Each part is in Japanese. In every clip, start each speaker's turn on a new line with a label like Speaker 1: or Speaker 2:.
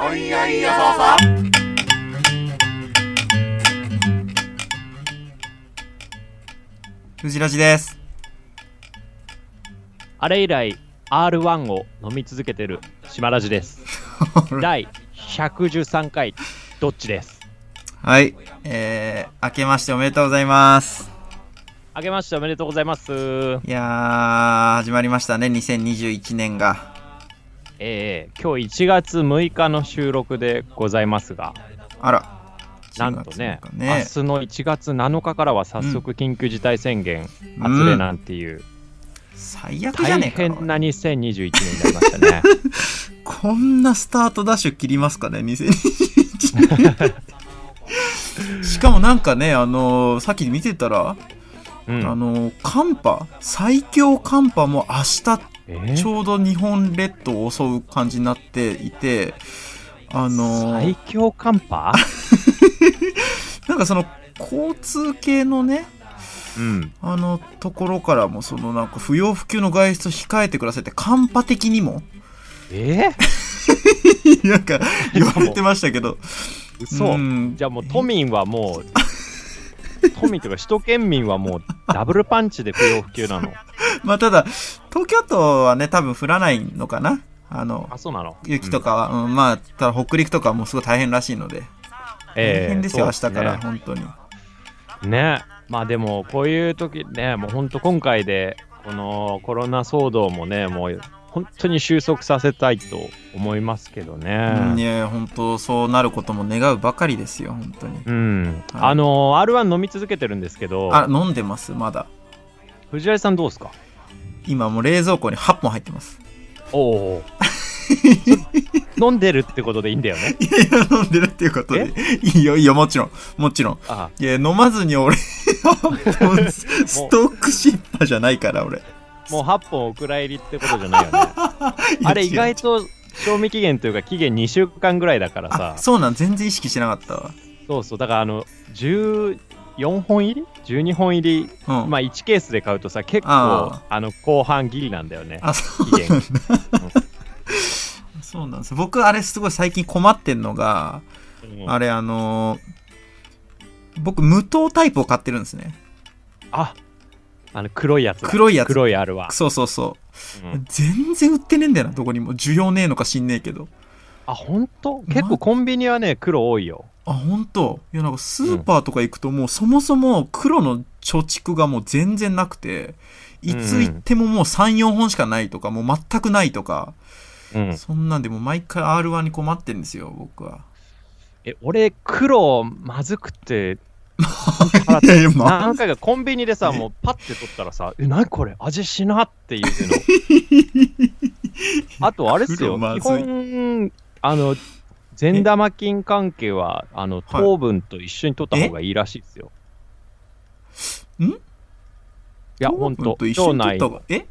Speaker 1: おいやいやそうそう
Speaker 2: 藤ラジです。
Speaker 3: あれ以来 R1 を飲み続けてる島ラ ジです。第113回どっちです。
Speaker 2: はい。えー、明けましておめでとうございます。
Speaker 3: あけましておめでとうございま
Speaker 2: い
Speaker 3: す。
Speaker 2: やー、始まりましたね、2021年が。
Speaker 3: えー、今日1月6日の収録でございますが、
Speaker 2: あら。
Speaker 3: なんとね
Speaker 2: 10月、
Speaker 3: 明日の1月7日からは早速緊急事態宣言発令なんていう、
Speaker 2: 最悪じゃ
Speaker 3: 大
Speaker 2: ねえか
Speaker 3: 変な2021年になりましたね。
Speaker 2: こんなスタートダッシュ切りますかね、2021年。しかもなんかね、あのーさっき見てたら、
Speaker 3: う
Speaker 2: あ
Speaker 3: ん、
Speaker 2: のー寒波、最強寒波も明日
Speaker 3: え
Speaker 2: ち
Speaker 3: ー
Speaker 2: ょうど日本列島を襲う感じになっていて、あの
Speaker 3: 最
Speaker 2: ー
Speaker 3: 強寒波
Speaker 2: なんかその交通系のね、
Speaker 3: うん。
Speaker 2: あのところからもそのなんか不要不急の外出を控えてくださいって寒波的に も
Speaker 3: えー、
Speaker 2: なんか言われてましたけど、
Speaker 3: 嘘。
Speaker 2: ん
Speaker 3: じゃあもう都民はもう、都民というか首都圏民はもうダブルパンチで不要不急なの。
Speaker 2: まあただ東京都はね多分降らないのかなあの
Speaker 3: あ、そうなの。
Speaker 2: 雪とかは、うんまあただ北陸とかはもうすごい大変らしいので、
Speaker 3: うん、
Speaker 2: 大変ですよ、
Speaker 3: そ
Speaker 2: 明
Speaker 3: う
Speaker 2: 日から、本当に
Speaker 3: ね。ねまあでもこういう時ね、もう本当今回でこのコロナ騒動もね、もう本当に収束させたいと思いますけど
Speaker 2: うん、い
Speaker 3: ね。
Speaker 2: やいや本当そうなることも願うばかりですよ本当に
Speaker 3: うん。あの R1 飲み続けてるんですけど、
Speaker 2: あ飲んでますまだ
Speaker 3: 藤井さんどうですか
Speaker 2: 今もう冷蔵庫に8本入ってます
Speaker 3: おお。そ 飲んでるってことでいいんだよね。
Speaker 2: いやいや飲んでるっていうことでいいよいいよもちろんもちろん
Speaker 3: あ
Speaker 2: いや、飲まずに俺、スストックシッパじゃないから、俺。
Speaker 3: もう8本お蔵入りってことじゃないよね。 あれ意外
Speaker 2: と
Speaker 3: と賞味期限というか期限2週間ぐらいだからさ
Speaker 2: あ、そうなん、全然意識してなかったわ。
Speaker 3: そうそう、だからあの、14本入り ?12 本入り、
Speaker 2: うん。
Speaker 3: まあ1ケースで買うとさ、結構、
Speaker 2: あ
Speaker 3: あの、後半ギリなんだよね。
Speaker 2: あ、そう
Speaker 3: 期限。
Speaker 2: そうなんです。僕、あれ、すごい最近困ってんのが、
Speaker 3: うん
Speaker 2: あれ、あのー僕、無糖タイプを買ってるんですね。
Speaker 3: あ、あの、黒いやつだ。
Speaker 2: 黒いやつ。
Speaker 3: 黒いあるわ。
Speaker 2: そうそうそうう。
Speaker 3: ん
Speaker 2: 全然売ってねえんだよな、どこにも。需要ねえのか知んねえけど。
Speaker 3: あ、ほんと結構コンビニはね、黒多いよ。
Speaker 2: あ、ほんといや、なんかスーパーとか行くともうそもそも黒の貯蓄がもう全然なくて、いつ行ってももう3、4本しかないとか、もう全くないとか、
Speaker 3: うん。
Speaker 2: そんなんでもう毎回 R1 に困ってんですよ、僕は。
Speaker 3: え、俺、黒、まずくて、
Speaker 2: いやいや、
Speaker 3: 何回かコンビニでさ、
Speaker 2: え
Speaker 3: もうパッて取ったらさ、え、なにこれ味しなっ ていうの。あと、あれっす
Speaker 2: 黒
Speaker 3: よ、
Speaker 2: まずい
Speaker 3: 基本、あの、善玉菌関係は、あの、
Speaker 2: はい
Speaker 3: 糖分と一緒に取った方がいいらしいですよ。
Speaker 2: えん
Speaker 3: いや、ほんと、
Speaker 2: 一緒
Speaker 3: 腸
Speaker 2: に取っ
Speaker 3: 内、
Speaker 2: た
Speaker 3: 腸
Speaker 2: 方がえ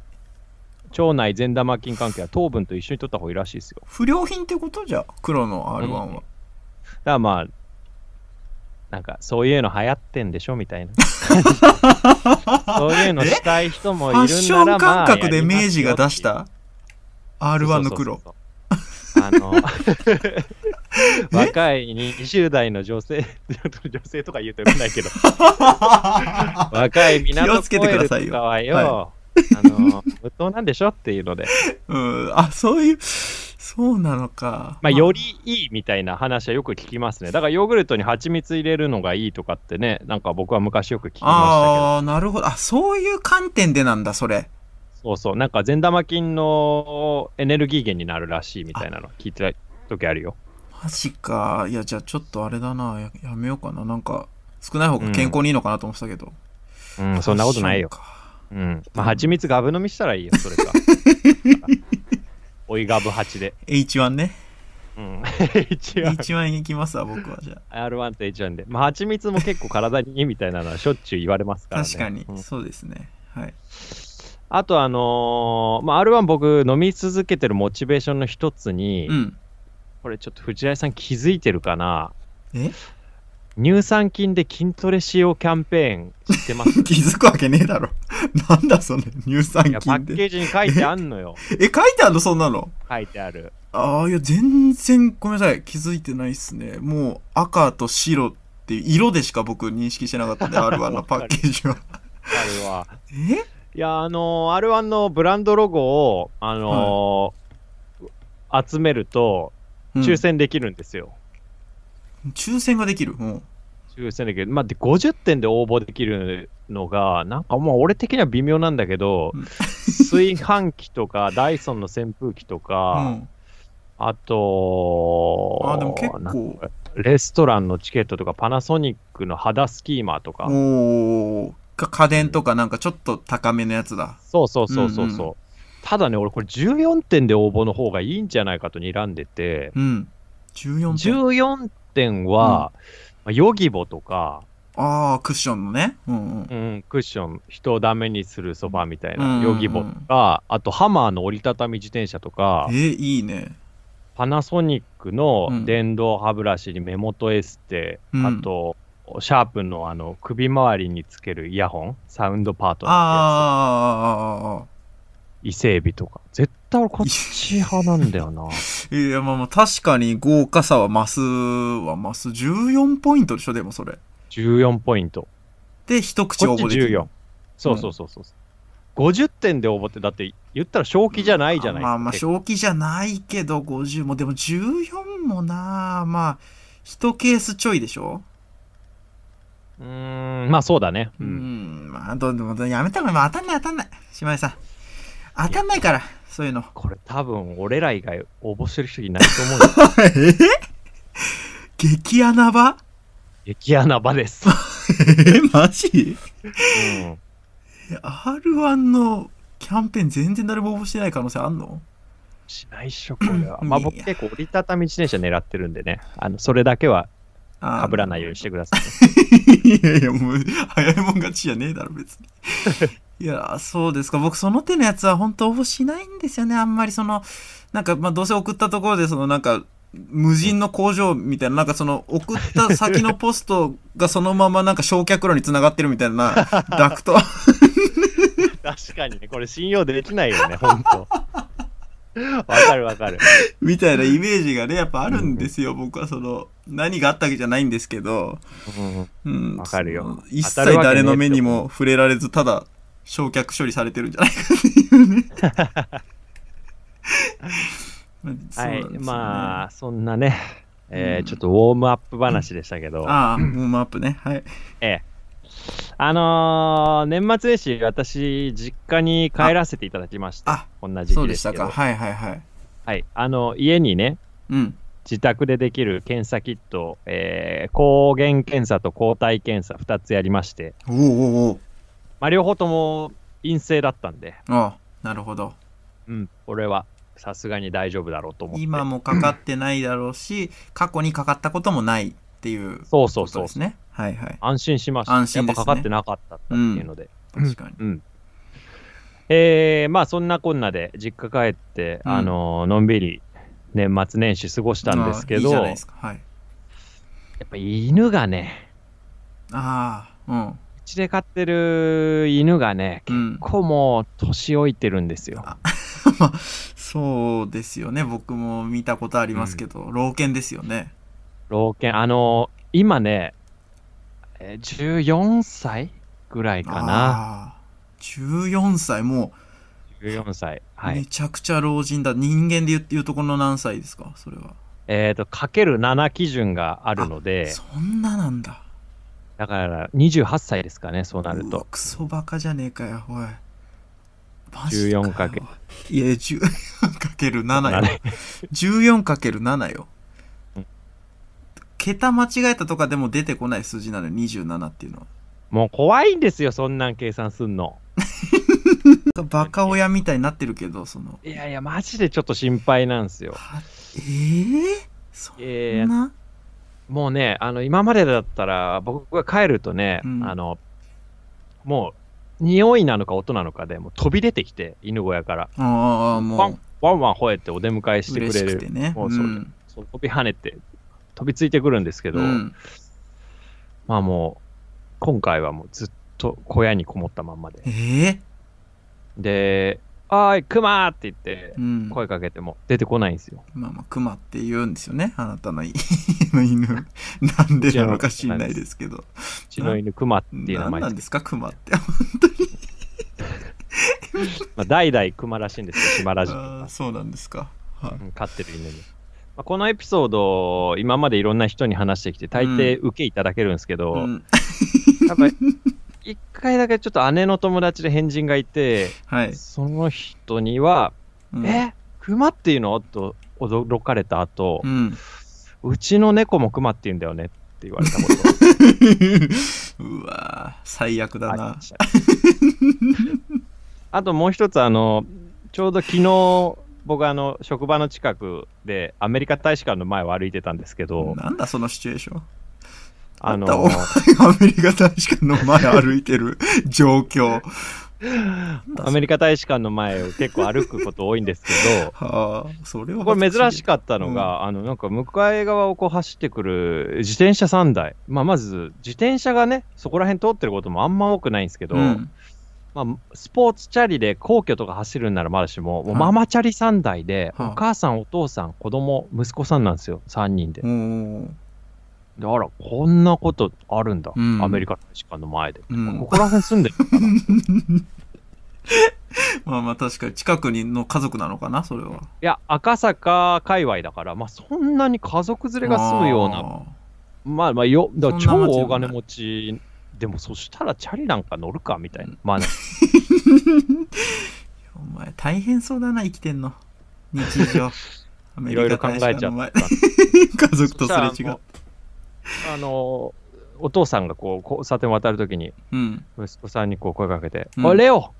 Speaker 3: 内善玉菌関係は糖分と一緒に取った方がいいらしいですよ。
Speaker 2: 不良品ってことじゃあ、黒の R1 は。
Speaker 3: だからまあ、なんか、そういうの流行ってんでしょみた いな。そういうのしたい人もい
Speaker 2: フ
Speaker 3: るんなら
Speaker 2: ァッション
Speaker 3: ま
Speaker 2: 感
Speaker 3: あ
Speaker 2: 覚で明治が出し
Speaker 3: や
Speaker 2: た R1 の黒。
Speaker 3: そうそうそう そう。あの若い20代の女性、女性とか言うとよくない けど、若い港
Speaker 2: 気をつけてくださいよ
Speaker 3: コエルとかはよ、あの、無糖なんでしょっていうので、
Speaker 2: うん、あ、そういう、そうなのか。
Speaker 3: まあ、よりいいみたいな話はよく聞きますね。だからヨーグルトに蜂蜜入れるのがいいとかってね、なんか僕は昔よく聞きました
Speaker 2: ああー、なるほど。あ、そういう観点でなんだ、それ。
Speaker 3: けど、そうそう、なんか善玉菌のエネルギー源になるらしいみたいなの聞いてた時あるよ。
Speaker 2: マジか。いや、じゃあちょっとあれだな。ややめようかな。なんか、少ない方が健康にいいのかなと思ってたけど。
Speaker 3: うん、そんなことないよ。
Speaker 2: そうか。
Speaker 3: うん。ま
Speaker 2: うん
Speaker 3: あ、蜂蜜ガブ飲みしたらいいよ、それ か。おいガブ蜂で。
Speaker 2: H1 ね。
Speaker 3: うん。H1。
Speaker 2: H1 行きますわ、僕 は。じゃあ。
Speaker 3: R1 と H1 で。まあ、蜂蜜も結構体にいいみたいなのはしょっちゅう言われますからね。
Speaker 2: 確かに
Speaker 3: う。ん
Speaker 2: そうですね。はい。
Speaker 3: あと、あのーまあ、R1 僕飲み続けてるモチベーションの一つに、
Speaker 2: うん。
Speaker 3: これちょっと藤井さん気づいてるかな
Speaker 2: え
Speaker 3: 乳酸菌で筋トレしようキャンペーン知ってます
Speaker 2: 気づくわけねえだろ。 なんだ、その乳酸
Speaker 3: いやパ
Speaker 2: 菌
Speaker 3: ッケ
Speaker 2: で。
Speaker 3: ージに書いてあんのよ。
Speaker 2: え、書いてあるの、そんなの。
Speaker 3: 書いてある。
Speaker 2: ああ、いや、全然、ごめんなさい。気づいてないっすね。もう、赤と白っていう色でしか僕認識してなかったん で、R1 のパッケージは。
Speaker 3: あれは。
Speaker 2: え
Speaker 3: いや、あのー、R1 のブランドロゴを、あのー集めると、
Speaker 2: うん
Speaker 3: 抽選できるんですよ。
Speaker 2: 抽選ができる。うん。
Speaker 3: 抽選できる。まあ、で、50点で応募できるのが、なんかもう俺的には微妙なんだけど
Speaker 2: うん、
Speaker 3: 炊飯器と か、ダイソンの扇風機と
Speaker 2: う
Speaker 3: か、
Speaker 2: ん、
Speaker 3: あと、
Speaker 2: あーでも結構
Speaker 3: なんかレストランのチケットとか、パナソニックの肌スキーマーとか、
Speaker 2: おーか家電とかなんかちょっと高めのやつだ。
Speaker 3: そうそうそうそうそう。
Speaker 2: うんう
Speaker 3: ただね、俺これ14点で応募の方がいいんじゃないかと睨んでて、
Speaker 2: うん。14点。
Speaker 3: 14点は、まあヨギボとか、
Speaker 2: ああ、クッションのね。うんうん。
Speaker 3: うん、クッション、人をダメにするソファみたい
Speaker 2: うんうん
Speaker 3: な、
Speaker 2: うん
Speaker 3: ヨギボとか、あとハマーの折りたたみ自転車とか
Speaker 2: え、ー、いいね。
Speaker 3: パナソニック
Speaker 2: うん
Speaker 3: の電動歯ブラシに目元エステ、
Speaker 2: うん
Speaker 3: あと、シャープのあの首周りにつけるイヤホン、サウンドパートナーってや
Speaker 2: ああ、
Speaker 3: つ、伊勢エビとか、絶対俺こっち派なんだ よな。
Speaker 2: いや、まあまあ、確かに豪華さは増すは増す。14ポイントでしょ、でもそれ。
Speaker 3: 14ポイント。
Speaker 2: で、一口
Speaker 3: こ
Speaker 2: 応
Speaker 3: っち
Speaker 2: 募できる。
Speaker 3: 14。そうそうそうそう。50点で応募って、だって言ったら正気じゃないじゃないですか。
Speaker 2: まあまあ、正気じゃないけど、50も、でも14もな、まあ、一ケースちょいでしょ
Speaker 3: うーん、まあそうだね。
Speaker 2: う、
Speaker 3: うんん。
Speaker 2: まあ、どんどんどんやめたら、まあ、当たんない当たんない。島井さん。当たんないから、そういうの。
Speaker 3: これ多分、俺ら以外応募してる人いないと思うんです。
Speaker 2: え激穴場
Speaker 3: 激穴 場です。
Speaker 2: えマジ
Speaker 3: うん。
Speaker 2: ?R1 のキャンペーン全然誰も応募してない可能性あんの
Speaker 3: しないっしょ、これは。
Speaker 2: うん
Speaker 3: まあ
Speaker 2: いや
Speaker 3: 僕結構折りたたみ自転車狙ってるんでね。あの、それだけは
Speaker 2: あ
Speaker 3: 被
Speaker 2: ー
Speaker 3: らないようにしてくださいね。
Speaker 2: いやいや、もう、早いもん勝ちじゃねえだろ、別に。いや、そうですか。僕、その手のやつは本当応募しないんですよね。あんまりその、なんか、まあ、どうせ送ったところで、その、なんか、無人の工場みたいな、なんかその、送った先のポストがそのままなんか焼却炉に繋がってるみたいな、ダクト。
Speaker 3: 確かにね、これ信用できないよね、ほ んと。わかるわかる。
Speaker 2: みたいなイメージがね、やっぱあるんですよ、僕はその、何があったわけじゃないんですけど、
Speaker 3: うん
Speaker 2: うん。
Speaker 3: わかるよ
Speaker 2: 一切
Speaker 3: 当たるわけね
Speaker 2: 誰
Speaker 3: えって
Speaker 2: の目にも触れられず、ただ、焼却処理されてるんじゃないかっていう ね。まあ
Speaker 3: はい、ま
Speaker 2: あ、
Speaker 3: あ、そんなね、えー
Speaker 2: うん
Speaker 3: ちょっとウォームアップ話でしたけど。
Speaker 2: ああ、もうマップね。はい。
Speaker 3: ええ。あのー年末年始、私、実家に帰らせていただきまして
Speaker 2: あ、
Speaker 3: こんな時
Speaker 2: そう
Speaker 3: 期
Speaker 2: で
Speaker 3: で
Speaker 2: し
Speaker 3: す
Speaker 2: た
Speaker 3: け
Speaker 2: か。
Speaker 3: ど。
Speaker 2: はいはいはい。
Speaker 3: はい。あの、家にね、
Speaker 2: うん。
Speaker 3: 自宅でできる検査キット、えー抗原検査と抗体検査2つやりまして、
Speaker 2: おおおうおう
Speaker 3: まあ、両方とも陰性だったんで、
Speaker 2: ああ、なるほど。
Speaker 3: うん、俺はさすがに大丈夫だろうと思って。
Speaker 2: 今もかかってないだろうし、過去にかかったこともないっていう
Speaker 3: そうそ
Speaker 2: こ
Speaker 3: う
Speaker 2: と
Speaker 3: そう。
Speaker 2: ですね。はいはい。
Speaker 3: 安心しました。
Speaker 2: 安心ですね
Speaker 3: やっぱかかってなかったっていうので。
Speaker 2: 確かに。
Speaker 3: うん。えー、まあそんなこんなで実家帰って、
Speaker 2: うん
Speaker 3: あのーのんびり年末年始過ごしたんですけ
Speaker 2: ああいい
Speaker 3: ど、
Speaker 2: じゃない
Speaker 3: や
Speaker 2: ですか。はい。
Speaker 3: っぱ犬がね、
Speaker 2: ああ、うん。
Speaker 3: うちで飼ってる犬がね、
Speaker 2: う
Speaker 3: 結
Speaker 2: ん。
Speaker 3: 構もう年老いてるんですよ。
Speaker 2: そうですよね。僕も見たことありますけど、老犬ですよね。
Speaker 3: 老犬、あのー今ね、えー14歳ぐらいかな。
Speaker 2: ああ14歳、も
Speaker 3: 14歳。
Speaker 2: う、
Speaker 3: はい。
Speaker 2: めちゃくちゃ老人だ。人間で言う言うとこの何歳ですかそれは。
Speaker 3: えっ、と、かける7基準があるので、
Speaker 2: そんななんだ。
Speaker 3: だから28歳ですかね、そうなる
Speaker 2: うわ
Speaker 3: と。
Speaker 2: クソバカじゃねえかよ、おい。マよ
Speaker 3: 14かけ。
Speaker 2: いや、14かける7よ。14かける7よ
Speaker 3: うん。
Speaker 2: 桁間違えたとかでも出てこない数字なのよ、27っていうのは。
Speaker 3: もう怖いんですよ、そんなん計算すんの。
Speaker 2: バカ親みたいになってるけど、その。
Speaker 3: いやいや、マジでちょっと心配なんですよ。
Speaker 2: はええそ
Speaker 3: え
Speaker 2: んな、
Speaker 3: もうね、あの、今までだったら、僕が帰るとね、
Speaker 2: うん
Speaker 3: あの、もう、匂いなのか音なのかでもう飛び出てきて、犬小屋から。
Speaker 2: ああ、
Speaker 3: ワ
Speaker 2: も
Speaker 3: ン、ワンワン吠えてお出迎え
Speaker 2: う、
Speaker 3: してく
Speaker 2: 嬉し
Speaker 3: れ
Speaker 2: く
Speaker 3: る。
Speaker 2: てね。
Speaker 3: もう
Speaker 2: う
Speaker 3: そうんそう飛び跳ねて、飛びついてくるんですけど、
Speaker 2: うん
Speaker 3: まあもう、今回はもうずっと小屋にこもったまんまで。
Speaker 2: ええ
Speaker 3: で、 「おーいクマ!」って言って
Speaker 2: うん。
Speaker 3: 声かけても出てこないんですよ。
Speaker 2: まあまあ、クマって言うんですよね。あなたのい の犬。なんでなのか知んないですけど。
Speaker 3: うちの犬クマっていう名
Speaker 2: 何
Speaker 3: 前
Speaker 2: な
Speaker 3: で
Speaker 2: んですか、クマって。
Speaker 3: まあ、代々クマらしいんですよ島ラジオ
Speaker 2: あーそうなんですか。はい
Speaker 3: うん飼ってる犬で。まあこのエピソードを今までいろんな人に話してきて大抵受けいただけるんですけど、
Speaker 2: うん
Speaker 3: やっぱり一回だけちょっと姉の友達で変人がいて
Speaker 2: はい。
Speaker 3: その人には
Speaker 2: う
Speaker 3: 「
Speaker 2: ん
Speaker 3: えクマっていうの?」と驚かれた後、
Speaker 2: うん
Speaker 3: うちの猫もクマって言うんだよね」って言われたことが
Speaker 2: うわー最悪だ
Speaker 3: あり
Speaker 2: な
Speaker 3: ま。した あともう一つあのちょうど昨日僕あの職場の近くでアメリカ大使館の前を歩いてたんですけど、
Speaker 2: なんだそのシチュエーション。
Speaker 3: あ
Speaker 2: あった
Speaker 3: の
Speaker 2: おアメリカ大使館の前歩いてる状 況。
Speaker 3: アメリカ大使館の前を結構歩くこと多いんですけ ど
Speaker 2: はあ、それは
Speaker 3: これ珍し
Speaker 2: く。
Speaker 3: かったのが、あのなんか向かい側をこう走ってくる自転車3台、まあ、まず自転車がねそこら辺通ってることもあんま多くないんですけど、
Speaker 2: うん、
Speaker 3: まあ、スポーツチャリで皇居とか走るんならまだしも、もう
Speaker 2: はい
Speaker 3: ママチャリ3台で、
Speaker 2: はい
Speaker 3: お母さん、お父さん、子供、息子さんなんですよ、3人で。
Speaker 2: おー
Speaker 3: であら、こんなことあるんだ、
Speaker 2: うん
Speaker 3: アメリカ大使館の前で。
Speaker 2: うん
Speaker 3: ここら辺住んでるの かない
Speaker 2: まあまあ確かに近くにの家族なのかな、それは。
Speaker 3: や、赤坂界隈だから、まあ、そんなに家族連れが住むような、まあまあよ、だから
Speaker 2: そんな
Speaker 3: 超
Speaker 2: 街でもな
Speaker 3: 大
Speaker 2: い
Speaker 3: 金持ち、でもそしたらチャリなんか乗るかみたいな、まあね、
Speaker 2: お前大変そうだな、生きてんの。日常。アメ
Speaker 3: い
Speaker 2: リ
Speaker 3: ろい
Speaker 2: カ
Speaker 3: ろ考
Speaker 2: 大
Speaker 3: え
Speaker 2: 使
Speaker 3: ちゃ
Speaker 2: 館
Speaker 3: った
Speaker 2: の前。 家族とすれ
Speaker 3: そした
Speaker 2: 違
Speaker 3: ら
Speaker 2: う
Speaker 3: も。うあのお父さんがこう交差点を渡るときに
Speaker 2: うん。
Speaker 3: 息子さんにこう声かけて「
Speaker 2: うん
Speaker 3: おいレオ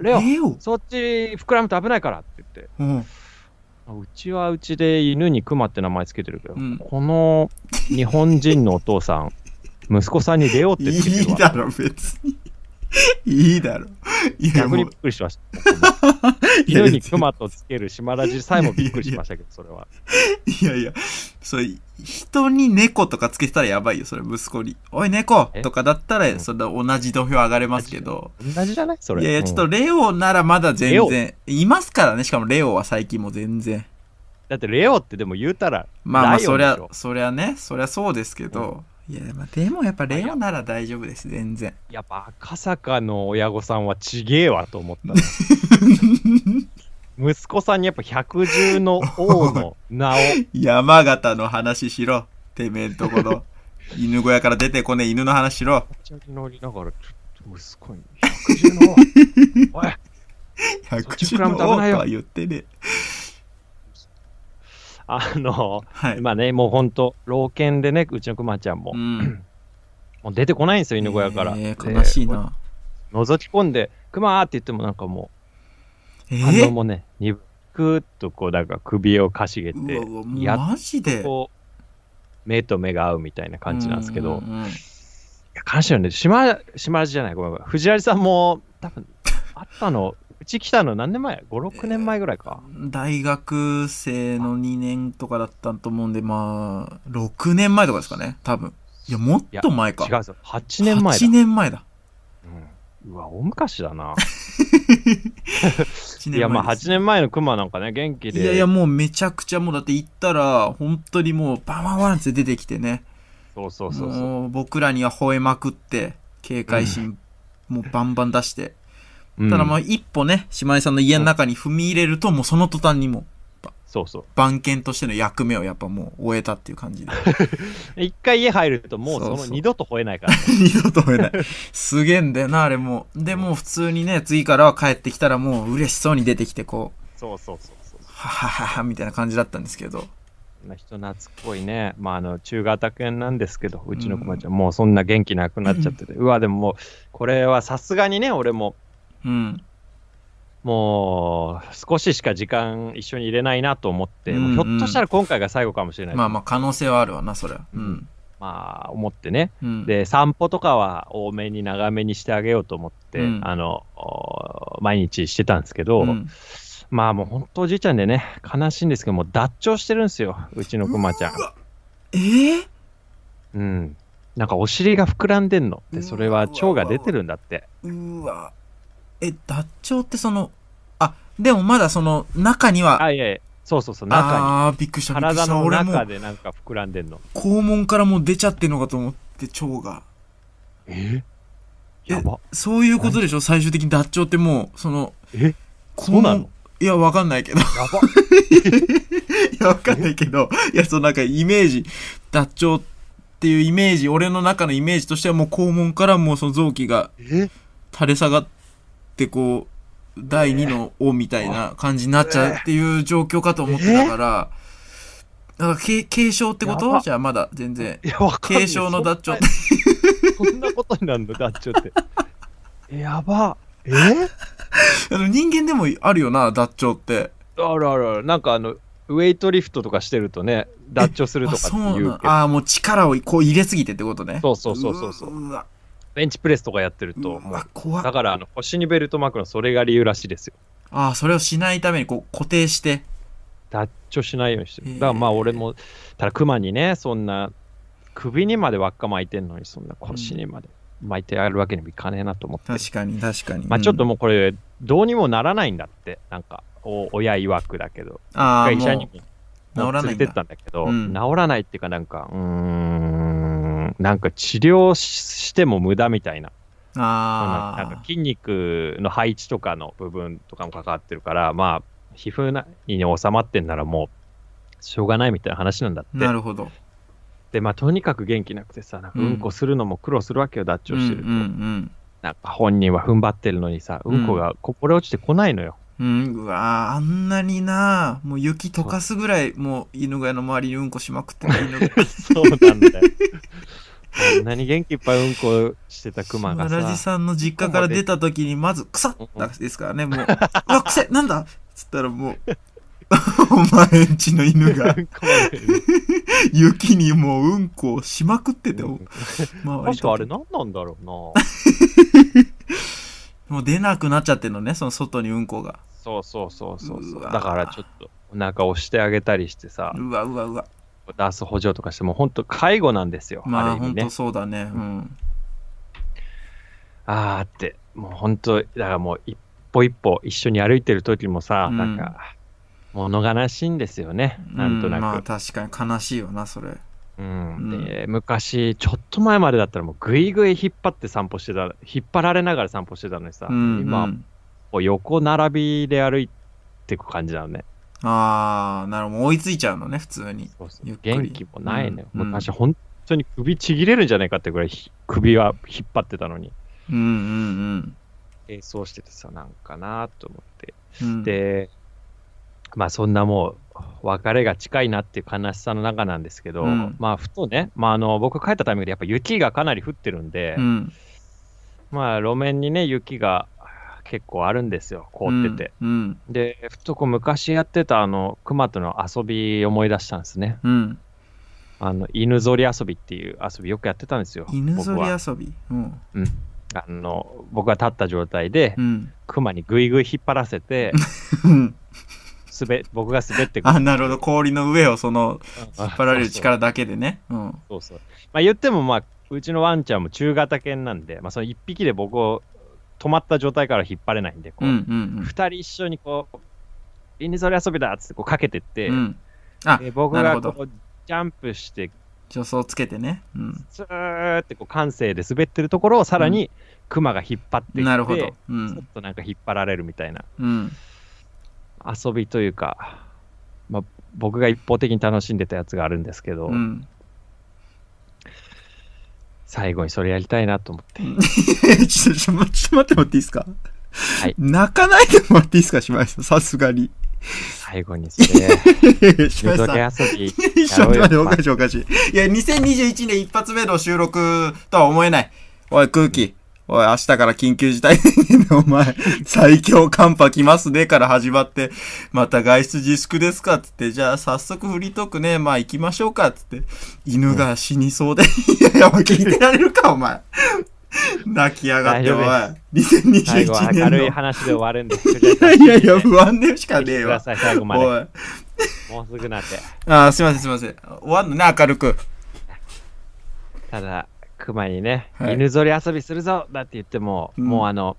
Speaker 3: レオ
Speaker 2: えよ
Speaker 3: そっち膨らむと危ないから」って言って
Speaker 2: うん。
Speaker 3: 「あうちはうちで犬にクマって名前つけてるけど、
Speaker 2: うん
Speaker 3: この日本人のお父さん息子さんにレオって
Speaker 2: い
Speaker 3: つけてる
Speaker 2: い
Speaker 3: わ
Speaker 2: だろ、別に。 いいだろ。いや、
Speaker 3: 逆
Speaker 2: も
Speaker 3: に
Speaker 2: う
Speaker 3: びっくりしました僕も
Speaker 2: いや
Speaker 3: 犬にクマとつける島ラジさえもびっくりしましたけどそれはい
Speaker 2: やいや、それ、人に猫とかつけてたらやばいよ、それ、息子に。おい、猫
Speaker 3: え
Speaker 2: とかだった
Speaker 3: う
Speaker 2: ら、
Speaker 3: ん
Speaker 2: それ同じ土俵上がれますけど。
Speaker 3: 同じじゃないそれ
Speaker 2: いやいや、ちょっ
Speaker 3: う
Speaker 2: と
Speaker 3: ん
Speaker 2: レオならまだ全然
Speaker 3: レ。
Speaker 2: いますからね、しかもレオは最近も全然。
Speaker 3: だってレオってでも言うたら
Speaker 2: まあまあ、
Speaker 3: ライオ
Speaker 2: そ
Speaker 3: ン
Speaker 2: り
Speaker 3: でし
Speaker 2: ゃ
Speaker 3: ょ、
Speaker 2: そりゃね、そりゃそうですけど。いや、まあ、でもやっぱレオなら大丈夫です、全然。
Speaker 3: やっぱ赤坂の親御さんはちげえわと 思ったな息子さんにやっぱ百獣の王の名を
Speaker 2: 山形の話しろ、てめえんとこ の。犬小屋から出てこねえ犬の話しろ。
Speaker 3: 乗りながらちょっと息子に百獣の王おい
Speaker 2: 百
Speaker 3: ち
Speaker 2: 中
Speaker 3: くら
Speaker 2: の王
Speaker 3: むと
Speaker 2: と
Speaker 3: 危ないよ
Speaker 2: は言ってねえ。
Speaker 3: あの
Speaker 2: はい。
Speaker 3: まあねもうほんと老犬でねうちのくまちゃんも,、
Speaker 2: うん。
Speaker 3: もう出てこないんですよ犬小屋から、
Speaker 2: えー悲しいな。
Speaker 3: で覗き込んで「くま」って言ってもなんかも
Speaker 2: え
Speaker 3: う反応
Speaker 2: ー
Speaker 3: もね鈍くっとこうなんか首をかしげて
Speaker 2: うわうわもう
Speaker 3: やっ
Speaker 2: マジで
Speaker 3: こう目と目が合うみたいな感じなんですけど、
Speaker 2: うんうんうん
Speaker 3: いや悲しいよね。島、島ラジじゃない、ごめんごめん。藤原さんも、多分あったの、うち来たの何年前 ?5、6年前ぐらいか。
Speaker 2: 大学生の2年とかだったと思うんで、まあ、6年前とかですかね、多分。いや、もっと前か。
Speaker 3: 違うぞ。8年前だ。
Speaker 2: 8年前だ。
Speaker 3: うんうわ、大昔だな。
Speaker 2: 8
Speaker 3: いや、まあ
Speaker 2: です
Speaker 3: 8年前のクマなんかね、元気で。
Speaker 2: いやいや、もうめちゃくちゃ、もうだって行ったら、本当にもう、バンバンバンって出てきてね。
Speaker 3: そうそうそうそう。
Speaker 2: もう、僕らには吠えまくって、警戒心、もうバンバン出して。
Speaker 3: うん
Speaker 2: ただまあ、一歩ね、島根さんの家の中に踏み入れると、もうその途端にもう、
Speaker 3: そうそう。
Speaker 2: 番犬としての役目をやっぱもう終えたっていう感じで。
Speaker 3: 一回家入ると、もう
Speaker 2: そ
Speaker 3: そ
Speaker 2: う
Speaker 3: の
Speaker 2: そう
Speaker 3: 二度と吠えないから。
Speaker 2: 二度と会えない。すげえんだよな、あれもう。で、もう普通にね、次からは帰ってきたらもう嬉しそうに出てきて、こう、
Speaker 3: そうそうそうそう。
Speaker 2: はははは、みたいな感じだったんですけど。
Speaker 3: そんな人懐っこいね、まあ、あの中型犬なんですけど、うちのクマちゃん、もうそんな元気なくなっちゃってて、うわ、でももう、これはさすがにね、俺も
Speaker 2: うん。
Speaker 3: もう少ししか時間一緒に入れないなと思って、
Speaker 2: うんうん
Speaker 3: もうひょっとしたら今回が最後かもしれない、
Speaker 2: まあ
Speaker 3: ま
Speaker 2: まあ可能性はあるわな、それは。うん。
Speaker 3: あ思ってね、
Speaker 2: うん。、
Speaker 3: で散歩とかは多めに長めにしてあげようと思って、
Speaker 2: うん
Speaker 3: あのお毎日してたんですけど、
Speaker 2: うん、
Speaker 3: まあもう本当おじいちゃんでね悲しいんですけどもう脱腸してるんですようちのクマちゃん
Speaker 2: うわえー、
Speaker 3: うんなんかお尻が膨らんでんのでそれは腸が出てるんだって
Speaker 2: うわ。え、ダッチョウってその、あ、でもまだその中には、
Speaker 3: あ、いやいや、そうそうそう、中に。
Speaker 2: ああー、びっくりした、びっくりした。
Speaker 3: 体の
Speaker 2: 俺も
Speaker 3: 中でなんか膨らんでんの。
Speaker 2: 肛門からもう出ちゃってんのかと思って、腸が。
Speaker 3: え
Speaker 2: え
Speaker 3: やば。
Speaker 2: そういうことでしょ最終的に脱腸ってもう、その、
Speaker 3: え
Speaker 2: 肛門
Speaker 3: そうなの
Speaker 2: いや、わかんないけど。い
Speaker 3: や
Speaker 2: や、
Speaker 3: ば。
Speaker 2: わかんないけど。いや、そのなんかイメージ、脱腸っていうイメージ、俺の中のイメージとしてはもう肛門からもうその臓器が
Speaker 3: え
Speaker 2: 垂れ下がってこう第二の王みたいな感じになっちゃうっていう状況かと思ってたから、だから軽軽症ってこ
Speaker 3: や
Speaker 2: と
Speaker 3: ば
Speaker 2: じゃあまだ全然
Speaker 3: いや、わかんない
Speaker 2: 軽症の脱腸
Speaker 3: そんなそんなことになるの、脱腸 って。えやば。え
Speaker 2: あの人間でもあるよな脱腸って
Speaker 3: あらあらあら、なんかあの、ウェイトリフトとかしてるとね、脱腸すると
Speaker 2: あ
Speaker 3: か
Speaker 2: そ
Speaker 3: って
Speaker 2: うな
Speaker 3: 言
Speaker 2: の
Speaker 3: うけど、
Speaker 2: あーもう力をこう入れすぎてってことね
Speaker 3: そうそうそうそうそう
Speaker 2: うわ
Speaker 3: ベンチプレスとかやってると、
Speaker 2: う
Speaker 3: もう
Speaker 2: わ怖っ
Speaker 3: だからあの腰にベルト巻くの、それが理由らしいですよ。
Speaker 2: ああそれをしないためにこう固定して
Speaker 3: 脱腸しないようにして
Speaker 2: へえ
Speaker 3: る。だからまあ俺も、ただ熊にね、そんな、首にまで輪っか巻いてんのに、そんな腰にまで巻いてやるわけにもいかねえなと思って。
Speaker 2: 確かに確かに
Speaker 3: まあちょっ
Speaker 2: う
Speaker 3: と
Speaker 2: ん
Speaker 3: もうこれ、どうにもならないんだって、なんか、お親曰くだけど。
Speaker 2: ああ
Speaker 3: 医
Speaker 2: も
Speaker 3: 者に
Speaker 2: う
Speaker 3: も
Speaker 2: 治らないんだ
Speaker 3: 連れてったんだけど、
Speaker 2: うん
Speaker 3: 治らないっていうかなんかうーんなんか治療ししても無駄みたいななんか
Speaker 2: ああ
Speaker 3: 筋肉の配置とかの部分とかも関わってるからまあ皮膚内に収まってんならもうしょうがないみたいな話なんだって
Speaker 2: なるほど
Speaker 3: でまあとにかく元気なくてさなんかうんこするのも苦労するわけよ脱
Speaker 2: うんう
Speaker 3: 腸してると、
Speaker 2: ん
Speaker 3: なんか本人は踏ん張ってるのにさうんこがこぼれ落ちてこない のよ、
Speaker 2: うん、うわあ、あんなになもう雪溶かすぐらい、もう犬小屋の周りにうんこしまく ってた犬が
Speaker 3: そうなんだよこんなに元気いっぱいうんこしてたクマが
Speaker 2: 島ラ
Speaker 3: さ
Speaker 2: ジさんの実家から出た時に、まず、くさっですからね、もう、 うわ、くせなんだつったらもう、 お前んちの犬 が雪にもううんこをしまくってて、周り
Speaker 3: 確かあれ
Speaker 2: の
Speaker 3: 何なんだろうな
Speaker 2: もう出なくなっちゃってんのね、その外にうんこが。
Speaker 3: そうそうそうそうそうう
Speaker 2: わ
Speaker 3: だからちょっとお腹押してあげたりしてさ
Speaker 2: うわうわうわ。
Speaker 3: 出す補助とかしてもう本当介護なんですよ、
Speaker 2: ま
Speaker 3: あ
Speaker 2: あ、
Speaker 3: る意
Speaker 2: ほ
Speaker 3: 味
Speaker 2: んと
Speaker 3: ね
Speaker 2: そうだね。うん。
Speaker 3: あーってもう本当だからもう一歩一歩一緒に歩いてる時もさ、
Speaker 2: うん
Speaker 3: なんか物悲しいんですよねなんとな
Speaker 2: う
Speaker 3: く、
Speaker 2: まあ、確かに悲しいよな、それ。
Speaker 3: うんで昔ちょっと前までだったらもうぐいぐい引っ張って散歩してた引っ張られながら散歩してたのにさ、
Speaker 2: うん、
Speaker 3: 今
Speaker 2: う
Speaker 3: も
Speaker 2: ん
Speaker 3: う横並びで歩いてく感じなのね
Speaker 2: ああ、なるほど。もう追いついちゃうのね、普通に。
Speaker 3: そうそう
Speaker 2: ゆっくり
Speaker 3: 元気もないのよ、
Speaker 2: うん
Speaker 3: 昔本当に首ちぎれるんじゃないかってぐらいひ首は引っ張ってたのに
Speaker 2: うんうん
Speaker 3: 並走しててさなんかなと思って、
Speaker 2: うんうん。
Speaker 3: でまあそんなもう別れが近いなっていう悲しさの中なんですけど、
Speaker 2: うん
Speaker 3: まあふとね、まあ、あの僕帰ったタイミングでやっぱ雪がかなり降ってるんで、
Speaker 2: うん、
Speaker 3: まあ路面にね雪が結構あるんですよ凍ってて、
Speaker 2: うん。
Speaker 3: でふとこう昔やってたあの熊との遊び思い出したんですね
Speaker 2: うん。
Speaker 3: あの犬ぞり遊びっていう遊びよくやってたんですよ
Speaker 2: 犬ぞり
Speaker 3: 僕は
Speaker 2: 遊び。うん。
Speaker 3: あの僕が立った状態で
Speaker 2: うん。
Speaker 3: 熊にぐいぐい引っ張らせて滑僕が滑ってく
Speaker 2: あ、なるほど。氷の上をその、
Speaker 3: 引
Speaker 2: 引っ張られる力だけでね。うん。
Speaker 3: そうそうまあ言ってもまあうちのワンちゃんも中型犬なんで、まあ、その1匹で僕を止まった状態から引っ張れないんでこ
Speaker 2: う
Speaker 3: う、
Speaker 2: ん
Speaker 3: 二
Speaker 2: うん
Speaker 3: 2人一緒にこう犬ぞり遊びだっつってこうかけてって、
Speaker 2: うん。うん。あ
Speaker 3: で僕
Speaker 2: なる
Speaker 3: が
Speaker 2: ほど
Speaker 3: こうジャンプして
Speaker 2: 助走つけてね。うん。
Speaker 3: スーってこう感性で滑ってるところをさらに熊が引っ張っていって、
Speaker 2: なるほど
Speaker 3: ち。
Speaker 2: う
Speaker 3: ょっ
Speaker 2: ん。
Speaker 3: となんか引っ張られるみたいな
Speaker 2: うん。
Speaker 3: 遊びというか、まあ、僕が一方的に楽しんでたやつがあるんですけど、
Speaker 2: うん。
Speaker 3: 最後にそれやりたいな と思って。
Speaker 2: ちょっと、ちょっとちょっと待ってもらっていいですか
Speaker 3: い
Speaker 2: 泣かないでもらっていいですか、島井さん。さすがに。
Speaker 3: 最後にそれ、
Speaker 2: 島井さん。
Speaker 3: 水 遊び。
Speaker 2: ちょっと待って、おかしいおかしい。いや、2021年一発目の収録とは思えない。おい、空気。おい、明日から緊急事態宣言のお 前、最強寒波来ますねから始まって、また外出自粛ですかっつって、じゃあ早速フリートークね、まあ行きましょうかっつって、犬が死にそうで、いやいや、お前聞いてられるか、お 前。泣きやがって、おい
Speaker 3: 大。最後は
Speaker 2: 2021
Speaker 3: 明
Speaker 2: 年の。
Speaker 3: るい
Speaker 2: い
Speaker 3: 話で終わる んです。い
Speaker 2: やいやいや、不安でしかねえ
Speaker 3: くだ
Speaker 2: わ。
Speaker 3: さい、最後まで。
Speaker 2: おい。
Speaker 3: もうすぐなんで。
Speaker 2: あー、すいません、すいません。終わんのね、明るく。
Speaker 3: ただ、熊にね、
Speaker 2: はい
Speaker 3: 犬ぞり遊びするぞだって言っても、
Speaker 2: うん
Speaker 3: もうあの、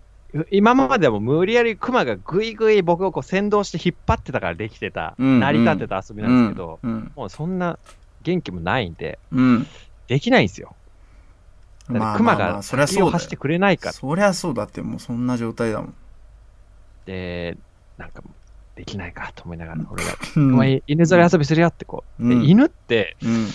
Speaker 3: 今までも無理やりクマがぐいぐい僕をこう先導して引っ張ってたからできてた、
Speaker 2: うんうん
Speaker 3: 成り立ってた遊びなんですけど、
Speaker 2: うん。
Speaker 3: もうそんな元気もないんで、
Speaker 2: うん。
Speaker 3: できないんですよ。だってクマが
Speaker 2: そりゃ
Speaker 3: 先
Speaker 2: そ
Speaker 3: を
Speaker 2: うだ
Speaker 3: 走って
Speaker 2: よ。
Speaker 3: くれないから。
Speaker 2: そりゃそうだって、もうそんな状態だもん。
Speaker 3: で、なんか、できないかと思いながら、俺が、
Speaker 2: う
Speaker 3: お
Speaker 2: ん
Speaker 3: 前、犬ぞり遊びするよってこう。で
Speaker 2: うん
Speaker 3: 犬って
Speaker 2: うん。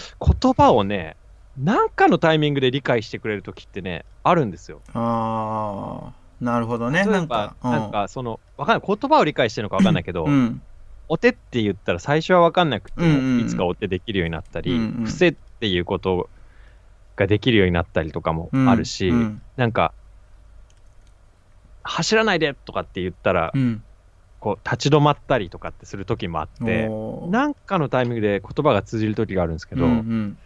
Speaker 3: 言葉をね、なんかのタイミングで理解してくれるときってね、あるんですよ。
Speaker 2: ああ、なるほどね。
Speaker 3: 例えば、
Speaker 2: な
Speaker 3: なんん
Speaker 2: か
Speaker 3: か、、
Speaker 2: うん
Speaker 3: その、わかんない、言葉を理解してるのかわかんないけど、
Speaker 2: うん。
Speaker 3: お手って言ったら最初はわかんなくても、
Speaker 2: うんうんうん
Speaker 3: いつかお手できるようになったり、
Speaker 2: うんうん
Speaker 3: 癖っていうことができるようになったりとかも
Speaker 2: うん
Speaker 3: あるし、
Speaker 2: うん。
Speaker 3: なんか、走らないでとかって言ったら、
Speaker 2: うん
Speaker 3: こう立ち止まったりとかってする時もあって、
Speaker 2: おー
Speaker 3: なんかのタイミングで言葉が通じる時があるんですけど、
Speaker 2: うんうん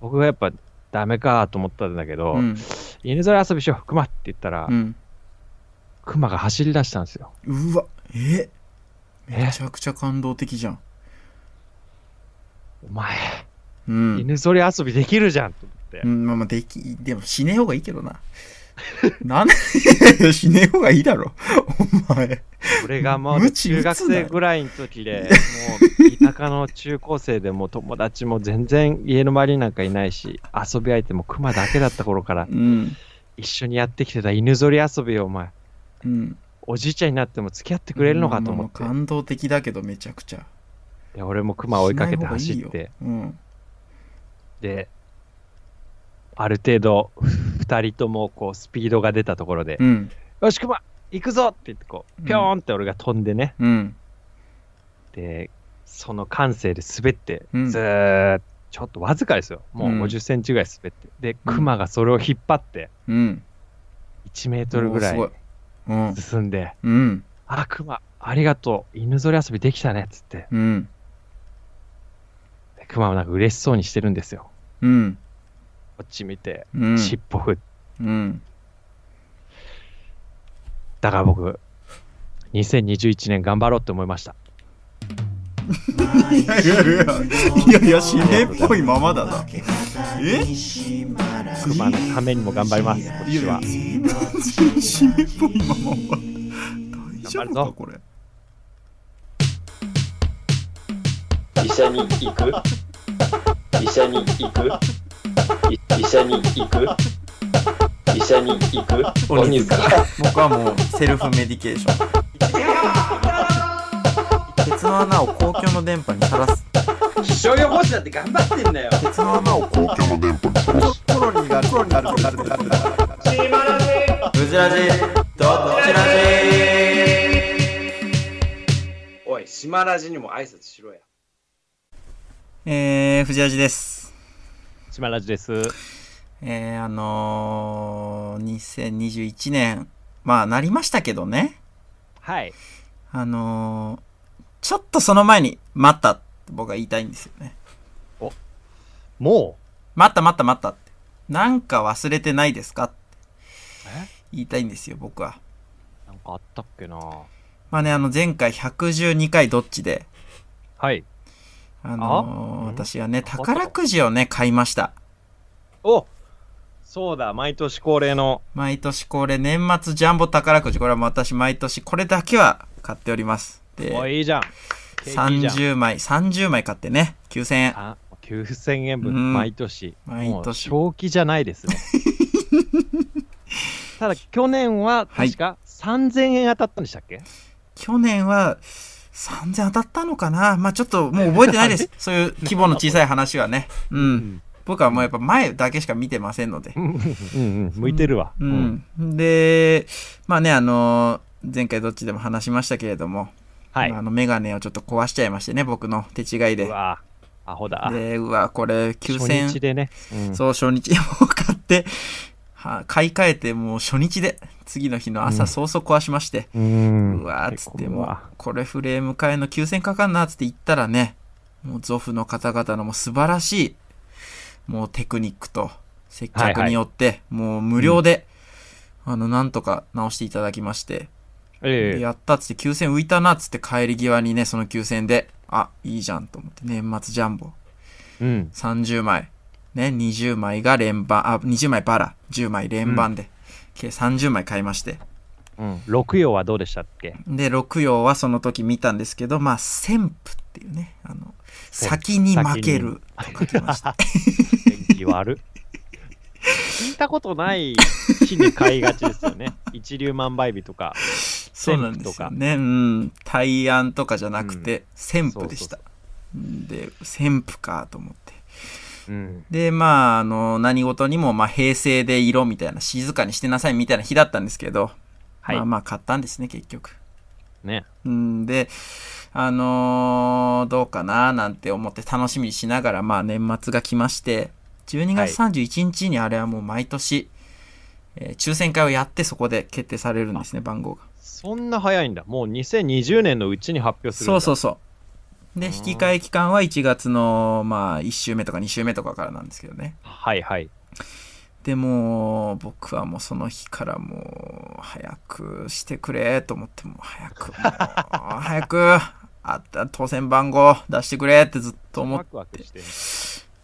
Speaker 3: 僕がやっぱダメかと思ったんだけど、
Speaker 2: うん
Speaker 3: 犬ぞり遊びしよう、熊って言ったら、
Speaker 2: うん
Speaker 3: 熊が走り出したんですよ。
Speaker 2: うわ、えめちゃくちゃ感動的じゃん。
Speaker 3: お前、
Speaker 2: うん。
Speaker 3: 犬ぞり遊びできるじゃんと思って、
Speaker 2: うん、まあまあ、でき、でも死ねえ方がいいけどな。 なんで 死ねえ方がいいだろ。お前。
Speaker 3: 俺がも
Speaker 2: 無
Speaker 3: う
Speaker 2: 知無知
Speaker 3: 中学生ぐらいの時で、もう田舎の中高生でもう友達も全然家の周りになんかいないし、遊び相手も熊だけだった頃から、
Speaker 2: うん。
Speaker 3: 一緒にやってきてた犬ぞり遊びをお前、
Speaker 2: うん。
Speaker 3: おじいちゃんになっても付き合ってくれるのかと思って
Speaker 2: まあまあまあ。感動的だけど、めちゃくちゃ。
Speaker 3: で俺も熊を追いかけて走
Speaker 2: しない
Speaker 3: っ
Speaker 2: 方がいい
Speaker 3: て
Speaker 2: よ。うん。
Speaker 3: である程度2人ともこうスピードが出たところで
Speaker 2: うん。
Speaker 3: 「よし熊行くぞ!」って言ってこ
Speaker 2: う
Speaker 3: うんピョーンって俺が飛んでね、
Speaker 2: うん。
Speaker 3: でその感性で滑って
Speaker 2: うん
Speaker 3: ずーっとちょっとわずかですよもう
Speaker 2: うん
Speaker 3: 5 0センチぐらい滑ってで熊がそれを引っ張って
Speaker 2: うん。
Speaker 3: 1メートルぐ
Speaker 2: おー
Speaker 3: ら
Speaker 2: す
Speaker 3: い
Speaker 2: ごい。
Speaker 3: 進んで
Speaker 2: うん。うん。
Speaker 3: 「あ熊ありがとう犬ぞり遊びできたね」っつって
Speaker 2: うん。
Speaker 3: で熊もなんか嬉しそうにしてるんですよ
Speaker 2: うん。
Speaker 3: こっち見て
Speaker 2: うん。
Speaker 3: 尻尾振って
Speaker 2: うん。
Speaker 3: だから僕、2021年頑張ろうって思いました。
Speaker 2: いやいやいや、いやいや、死ねっぽいままだな。え
Speaker 3: クマのためにも頑張ります、今年は。
Speaker 2: 死ねっぽいままは。大丈夫
Speaker 3: 頑張る
Speaker 2: か
Speaker 3: ぞ
Speaker 2: これ。
Speaker 4: 医者に行く医者に行くい医者に行く医者に行く鬼塚
Speaker 2: 僕はもうセルフメディケーション。 鉄の穴を公共の電波にさらす。
Speaker 5: 気象予報士だって頑張ってんだよ
Speaker 2: 鉄の穴を公共の電波にさらす。コロニーがある、コロニーがある、コロニーがある。ブジラジ、どっちラジ
Speaker 5: おい島ラジにも挨拶しろや
Speaker 2: えー、藤ラジです。
Speaker 3: 島ラジです。
Speaker 2: えー、あのー、2021年、まあ、なりましたけどね。
Speaker 3: はい。
Speaker 2: あのー、ちょっとその前に、待ったって僕は言いたいんですよね。
Speaker 3: も
Speaker 2: 待った待った待ったって。なんか忘れてないですかって言いたいんですよ、僕は。
Speaker 3: う、なんかあったっけな
Speaker 2: まあね、あの、前回112回どっちで、
Speaker 3: はい。
Speaker 2: あ
Speaker 3: あ
Speaker 2: のー
Speaker 3: うん
Speaker 2: 私はね、宝くじをね、買いました。
Speaker 3: おそうだ、毎年恒例の。
Speaker 2: 毎年恒例、年末ジャンボ宝くじ。これはもう私、毎年、これだけは買っております。で、
Speaker 3: おい、いいじゃん。景気いいじゃん。
Speaker 2: 30枚、30枚買ってね、9000円。
Speaker 3: あ9000円
Speaker 2: う
Speaker 3: 分、
Speaker 2: ん
Speaker 3: 毎年。
Speaker 2: 毎
Speaker 3: もう
Speaker 2: 年
Speaker 3: 正気じゃない ですね。ただ、去年は確か3000円当たったんでしたっけ、
Speaker 2: 去年は3000当たったのかなまあちょっともう覚えてない です。そういう規模の小さい話はね。うん。僕はもうやっぱ前だけしか見てませんので
Speaker 3: う。ん、うんうん、向いてるわ。
Speaker 2: うん。で、まあね、あのー前回どっちでも話しましたけれども、
Speaker 3: はい。
Speaker 2: あの、メガネをちょっと壊しちゃいましてね、僕の手違いで
Speaker 3: う。わアホだ。
Speaker 2: で、うわ、これ9000
Speaker 3: 初日でね。うん
Speaker 2: そう、初日 もう買って、は買い替えてもう初日で、次の日の朝早々壊しまして、
Speaker 3: うーん
Speaker 2: うわーっつっても
Speaker 3: う
Speaker 2: う
Speaker 3: わ、
Speaker 2: これフレーム替えの9000かかんなっつって言ったらね、もうゾフの方々のもう素晴らしい、もうテクニックと接客によって、もう無料で、あの、なんとか直していただきまして、で
Speaker 3: ええ
Speaker 2: やったっつって9000浮いたなっつって帰り際にね、その9000で、あ、いいじゃんと思って、年末ジャンボ
Speaker 3: うん。
Speaker 2: 30枚、ね、20枚が連番、あ、20枚バラ、10枚連番で、計30枚買いまして、
Speaker 3: うん、六葉はどうでしたっけ
Speaker 2: で、六葉はその時見たんですけど、まあ、旋風っていうね、あの、
Speaker 3: 旋
Speaker 2: 先に負けると書きました。
Speaker 3: 天気悪。聞いたことない日に買いがちですよ ね。一粒万倍日とか。
Speaker 2: そうなんですよね。うん。対案とかじゃなくて、旋風でした。で、旋風かと思って。
Speaker 3: うん。
Speaker 2: で、まあ、あの、何事にも、まあ、平成で色みたいな、静かにしてなさいみたいな日だったんですけど、
Speaker 3: はい。
Speaker 2: まあまあ、買ったんですね、結局。
Speaker 3: ね。
Speaker 2: うんで、あのーどうかななんて思って楽しみにしながら、まあ年末が来まして、12月31日にあれはもう毎年、えー抽選会をやってそこで決定されるんですね、番号が。
Speaker 3: そんな早いんだ。もう2020年のうちに発表するん
Speaker 2: そ
Speaker 3: だ。
Speaker 2: うそうそう。で、
Speaker 3: うん
Speaker 2: 引き換え期間は1月の、まあ1週目とか2週目とかからなんですけどね。
Speaker 3: はいはい。
Speaker 2: でもう僕はもうその日からもう早くしてくれと思ってもう早くもう早くあった当選番号出してくれってずっと思っ
Speaker 3: ワクワクしてる。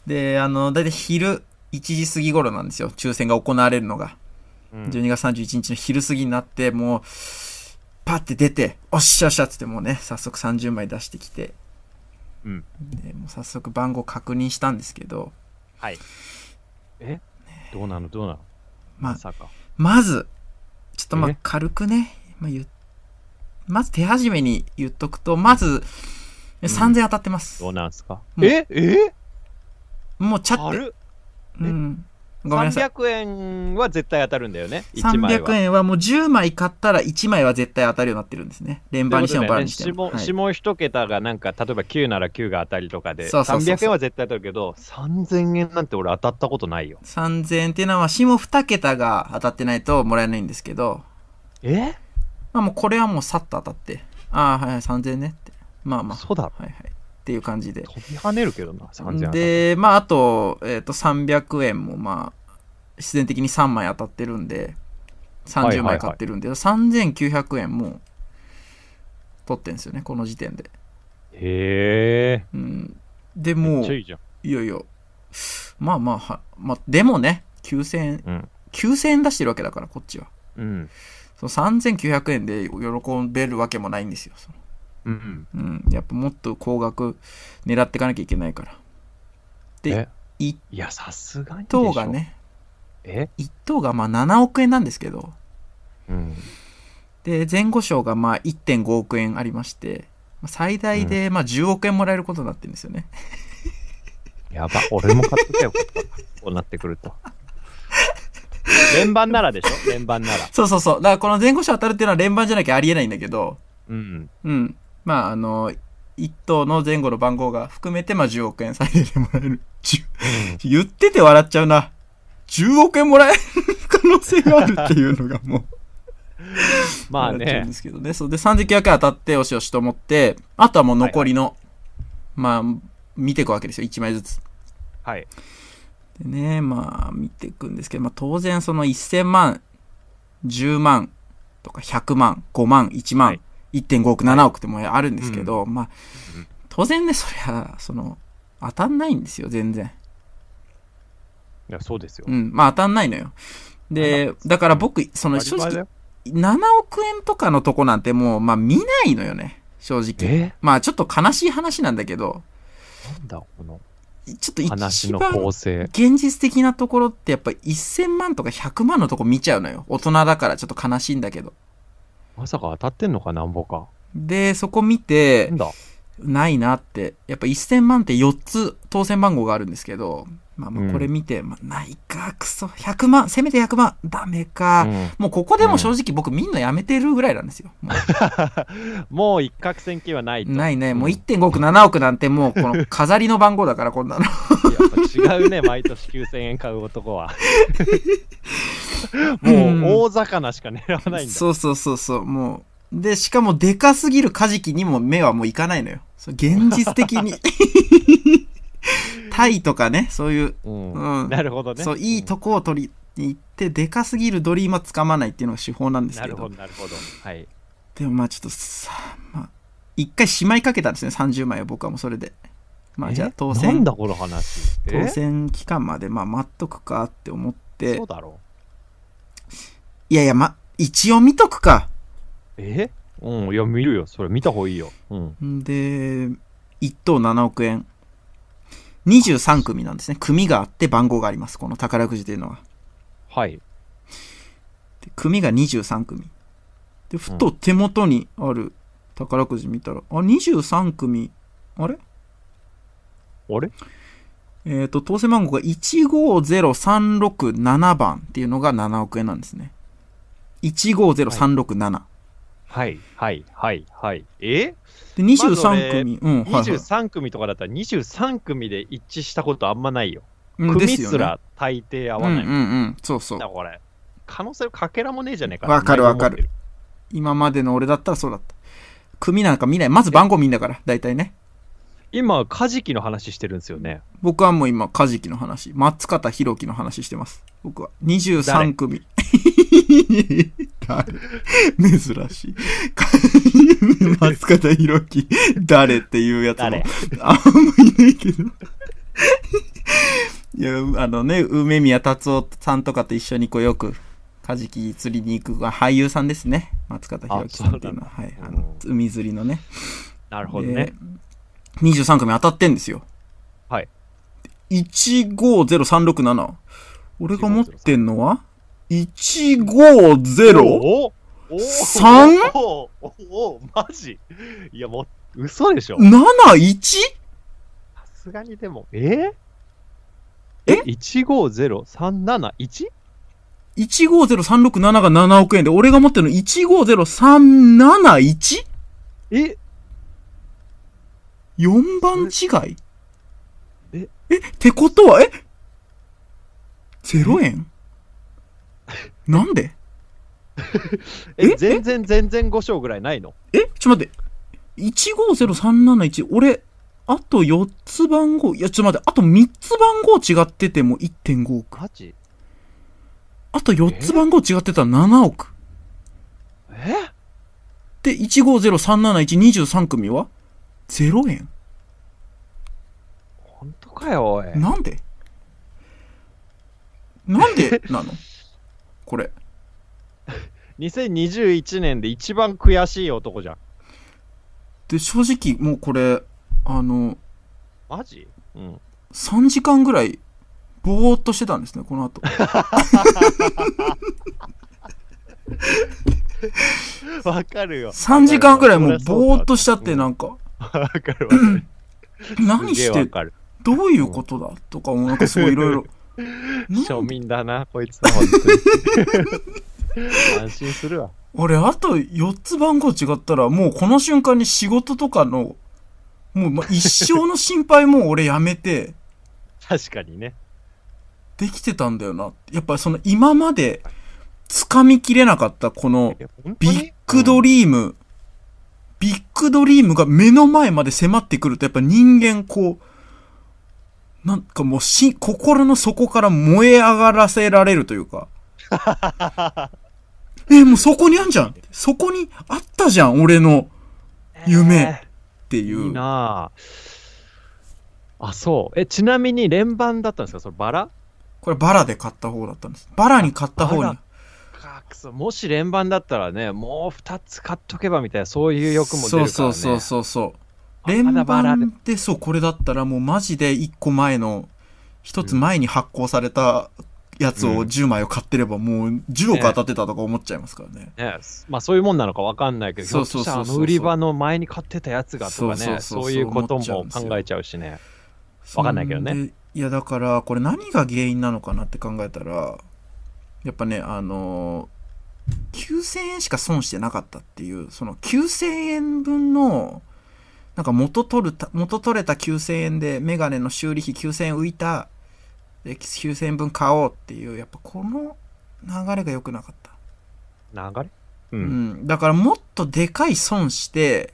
Speaker 2: で、あの、だいたい昼1時過ぎ頃なんですよ。抽選が行われるのが。
Speaker 3: うん
Speaker 2: 12月31日の昼過ぎになって、もう、パッて出て、おっしゃおっしゃっつってもうね、早速30枚出してきて。
Speaker 3: うん
Speaker 2: で、もう早速番号確認したんですけど、
Speaker 3: はい。えどうなのどうなの
Speaker 2: まあ
Speaker 3: まさか。
Speaker 2: まず、ちょっとまあ
Speaker 3: え
Speaker 2: 軽くね、まあ、言うまず手始めに言っとくと、まず、3000当たってます。
Speaker 3: どうなんすか
Speaker 2: もう
Speaker 3: ええ
Speaker 2: もうちゃ
Speaker 3: あ
Speaker 2: って。
Speaker 3: る
Speaker 2: うん。ごめんなさい。
Speaker 3: 300円は絶対当たるんだよね。1枚は。
Speaker 2: 300円はもう10枚買ったら1枚は絶対当たるようになってるんですね。連番にしてもバラにしても。
Speaker 3: 下
Speaker 2: はい
Speaker 3: 下一桁がなんか例えば9なら9が当たりとかで
Speaker 2: そうそうそうそう
Speaker 3: 300円は絶対当たるけど3000円なんて俺当たったことないよ
Speaker 2: 3000円っていうのは下2桁が当たってないともらえないんですけど、
Speaker 3: え
Speaker 2: まあもうこれはもうさっと当たって、ああ、はいはい、3000円ねって。まあまあ、
Speaker 3: そうだろ
Speaker 2: はいはい。っていう感じで。
Speaker 3: 飛び跳ねるけどな3000円
Speaker 2: で、まああと、えっ、と300円もまあ、必然的に3枚当たってるんで、30枚買ってるんで、3900円も取ってんですよね、この時点で。
Speaker 3: へえ
Speaker 2: うん。でもう
Speaker 3: ちょ、いいじゃん
Speaker 2: いやいや、まあまあは、まあ、でもね、9000円、
Speaker 3: うん
Speaker 2: 9000円出してるわけだから、こっちは。
Speaker 3: うん
Speaker 2: その3900円で喜べるわけもないんですよ。その
Speaker 3: うん
Speaker 2: うん、やっぱもっと高額狙っていかなきゃいけないから。で
Speaker 3: え、
Speaker 2: 一
Speaker 3: いやさすがにでしょ
Speaker 2: 等がね、
Speaker 3: え
Speaker 2: 一等がまあ7億円なんですけど、
Speaker 3: うん
Speaker 2: で、前後賞がまあ1.5億円ありまして、まあ最大でまあ10億円もらえることになってるんですよね。
Speaker 3: やば俺も買っとけよ こうなってくると連番ならでしょ連番なら
Speaker 2: そうそうそう。だからこの前後賞当たるっていうのは連番じゃなきゃありえないんだけど、
Speaker 3: うん
Speaker 2: うん。まあ、あの、一等の前後の番号が含めて、まあ、10億円最大でもらえる。10言ってて笑っちゃうな。10億円もらえる可能性があるっていうのがもう。
Speaker 3: まあ
Speaker 2: 笑っちゃうん
Speaker 3: ね
Speaker 2: ですけどね。そう。で、3900円当たって、おしおしと思って、あとはもう残りの、まあ、見ていくわけですよ。1枚ずつ。
Speaker 3: はい
Speaker 2: でね、まあ、見ていくんですけど、まあ、当然その1000万、10万とか100万、5万、1万、
Speaker 3: はい
Speaker 2: 1.5億、7億ってもうあるんですけど、まあ、当然ね、そりゃ、その、当たんないんですよ、全然。
Speaker 3: いやそうですよ
Speaker 2: うん、まあ当たんないのよ。で、だから僕、その
Speaker 3: 当た
Speaker 2: 正
Speaker 3: り前だ
Speaker 2: 直
Speaker 3: よ、
Speaker 2: 7億円とかのとこなんてもう、まあ見ないのよね、正直。
Speaker 3: え
Speaker 2: まあちょっと悲しい話なんだけど、
Speaker 3: なんだこの
Speaker 2: ちょっと一番
Speaker 3: 話の構成
Speaker 2: 現実的なところってやっぱ1000万とか100万のとこ見ちゃうのよ。大人だからちょっと悲しいんだけど。
Speaker 3: まさか当たってんのかなんぼか
Speaker 2: で、そこ見て
Speaker 3: なん、だ
Speaker 2: ないなって。やっぱ1000万って4つ当選番号があるんですけど、まあまあこれ見て、まあないか、くそ、100万、せめて100万、ダメか。
Speaker 3: うん
Speaker 2: もうここでも正直僕みんなやめてるぐらいなんですよ。も
Speaker 3: もう一攫千金はないと。
Speaker 2: うないね。もう
Speaker 3: い
Speaker 2: 1.5億、7億なんてもうこの飾りの番号だからこんなの。
Speaker 3: やっぱ違うね、毎年9000円買う 男は。もう大魚しか狙わないんだ。
Speaker 2: そうそうそうそう。もう。で、しかもでかすぎるカジキにも目はもういかないのよ。そう現実的 に。タイとかね、そういう、
Speaker 3: うん
Speaker 2: うん
Speaker 3: なるほどね。
Speaker 2: そう、いいとこを取りに行って、でかすぎるドリームはつかまないっていうのが手法なん
Speaker 3: う
Speaker 2: で
Speaker 3: ん
Speaker 2: す
Speaker 3: な
Speaker 2: け
Speaker 3: るほ
Speaker 2: ど。
Speaker 3: ど、なるほど。はい。
Speaker 2: でもまあちょっとさ、まあ、一回しまいかけたんですね、30枚を僕はもうそれで。まあじゃあ
Speaker 3: え
Speaker 2: 当
Speaker 3: なん
Speaker 2: 選
Speaker 3: だ、この話。え
Speaker 2: 当選期間までまあ待っとくかって思って
Speaker 3: そう、だろ
Speaker 2: いやいや、ま、一応見とくか。
Speaker 3: えうん、いや、見るよ。それ見た方がいいよ。うん。
Speaker 2: で、1等7億円。23組なんですね。組があって番号があります。この宝くじというのは。
Speaker 3: はい。
Speaker 2: で組が23組。で、ふと手元にある宝くじ見たら、あ、23組、あれ
Speaker 3: あれ
Speaker 2: えっ、と、当選番号が150367番っていうのが7億円なんですね。150367。
Speaker 3: はい、はい、はい、はい。え
Speaker 2: で、23組、うん、はい、はい
Speaker 3: ?23 組とかだったら23組で一致したことあんまないよ。
Speaker 2: うん。
Speaker 3: 組
Speaker 2: ですよ
Speaker 3: す
Speaker 2: ね。
Speaker 3: ら大抵合
Speaker 2: う
Speaker 3: わ
Speaker 2: ん
Speaker 3: な
Speaker 2: う
Speaker 3: い。
Speaker 2: んうん。そうそう
Speaker 3: だ。からこれ、可能性かけらもねえじゃねえか。
Speaker 2: わかるわかる
Speaker 3: 前も思って。
Speaker 2: 今までの俺だったらそうだった。組なんか見ない。まず番号見んだから、大体ね。
Speaker 3: 今、カジキの話してるんですよね。
Speaker 2: 僕はもう今、カジキの話、松方弘樹の話してます。僕は。23組。 誰珍しい。松方弘樹、誰っていうやつも
Speaker 3: 誰。
Speaker 2: あんまいないけど。いや、あのね、梅宮達夫さんとかと一緒にこうよく、カジキ釣りに行くが俳優さんですね。松方弘樹さんっていうのは。はい。あの、海釣りのね。
Speaker 3: なるほどね
Speaker 2: で。。23組当たってんですよ。
Speaker 3: はい。
Speaker 2: 150367。俺が持ってんのは ?150!
Speaker 3: おお
Speaker 2: 三
Speaker 3: おおおマジいや、もう、嘘でしょ。
Speaker 2: 71?
Speaker 3: さすがにでも、え
Speaker 2: え
Speaker 3: ?150371?
Speaker 2: 150367が7億円で、俺が持ってるの 150371?4
Speaker 3: え
Speaker 2: 番違い
Speaker 3: え
Speaker 2: えってことは、え ?0 円なんで
Speaker 3: え
Speaker 2: え
Speaker 3: 全然全然5章ぐらいないの
Speaker 2: えちょっと待って。150371、俺、あと4つ番号、いや、ちょっと待って、あと3つ番号違ってても1.5億。
Speaker 3: ガチ
Speaker 2: あと4つ番号違ってたら7億。
Speaker 3: え
Speaker 2: で、15037123組は ?0 円
Speaker 3: 本当かよ、おい。
Speaker 2: なんでなんでな のこれ。
Speaker 3: 2021年で一番悔しい男じゃん。
Speaker 2: で、正直、もうこれ、あの、
Speaker 3: マジうん。
Speaker 2: 3時間ぐらい、ぼーっとしてたんですね、こ の後。
Speaker 3: わかるよ。
Speaker 2: 3時間ぐらいもう
Speaker 3: そりゃそうだ
Speaker 2: ぼーっとしちゃって、なんか、
Speaker 3: わかるわかる。
Speaker 2: 何
Speaker 3: す
Speaker 2: し
Speaker 3: げえ
Speaker 2: て
Speaker 3: わかる。
Speaker 2: どういうことだとかもなんかすごいいろいろ。
Speaker 3: 庶民だな、こいつは本 当に。安心するわ。
Speaker 2: 俺、あと4つ番号違ったら、もうこの瞬間に仕事とかの、もうま一生の心配も俺やめて、
Speaker 3: 確かにね。
Speaker 2: できてたんだよな。やっぱその今まで掴みきれなかったこの
Speaker 3: え本当
Speaker 2: ビ
Speaker 3: に
Speaker 2: ッグドリーム、ビッグドリームが目の前まで迫ってくると、やっぱ人間こう、なんかもうし、心の底から燃え上がらせられるという か。え、もうそこにあんじゃんそこにあったじゃん俺の夢って
Speaker 3: え
Speaker 2: い。
Speaker 3: ーいういなあ。あ、そう。え、ちなみに連番だったんですかそれバラ
Speaker 2: これバラで買った方だったんです。バラに買った方に
Speaker 3: バラ。かくそ。もし連番だったらね、もう2つ買っとけばみたいな、そういう欲も出るから、
Speaker 2: そうそう
Speaker 3: ね。
Speaker 2: そうそうそう。
Speaker 3: あ
Speaker 2: 連
Speaker 3: まだバラで
Speaker 2: 番ってそう、これだったらもうマジで1個前の、1つ前に発行されたやつ
Speaker 3: うん
Speaker 2: を10枚を買ってればもう10億当たってたとか思っちゃいますからね。
Speaker 3: ね、まあそういうもんなのかわかんないけど、ひ
Speaker 2: そ
Speaker 3: ょ
Speaker 2: う
Speaker 3: っと
Speaker 2: そう
Speaker 3: した
Speaker 2: そうそ
Speaker 3: ら
Speaker 2: う
Speaker 3: あの売り場の前に買ってたやつがとか
Speaker 2: そうそう
Speaker 3: ね、
Speaker 2: そう
Speaker 3: そういうこと
Speaker 2: そう思っ
Speaker 3: も
Speaker 2: ちゃうんですよ
Speaker 3: 考えちゃうしね。わかんないけどね
Speaker 2: そんで。いや、だから、これ何が原因なのかなって考えたら、やっぱね、あのー9000円しか損してなかったっていう、その9000円分の、なんか元取るた、元取れた9000円で、メガネの修理費9000円浮いた、で、9000円分買おうっていう、やっぱこの流れが良くなかった。
Speaker 3: 流れう。
Speaker 2: うんん。だからもっとでかい損して、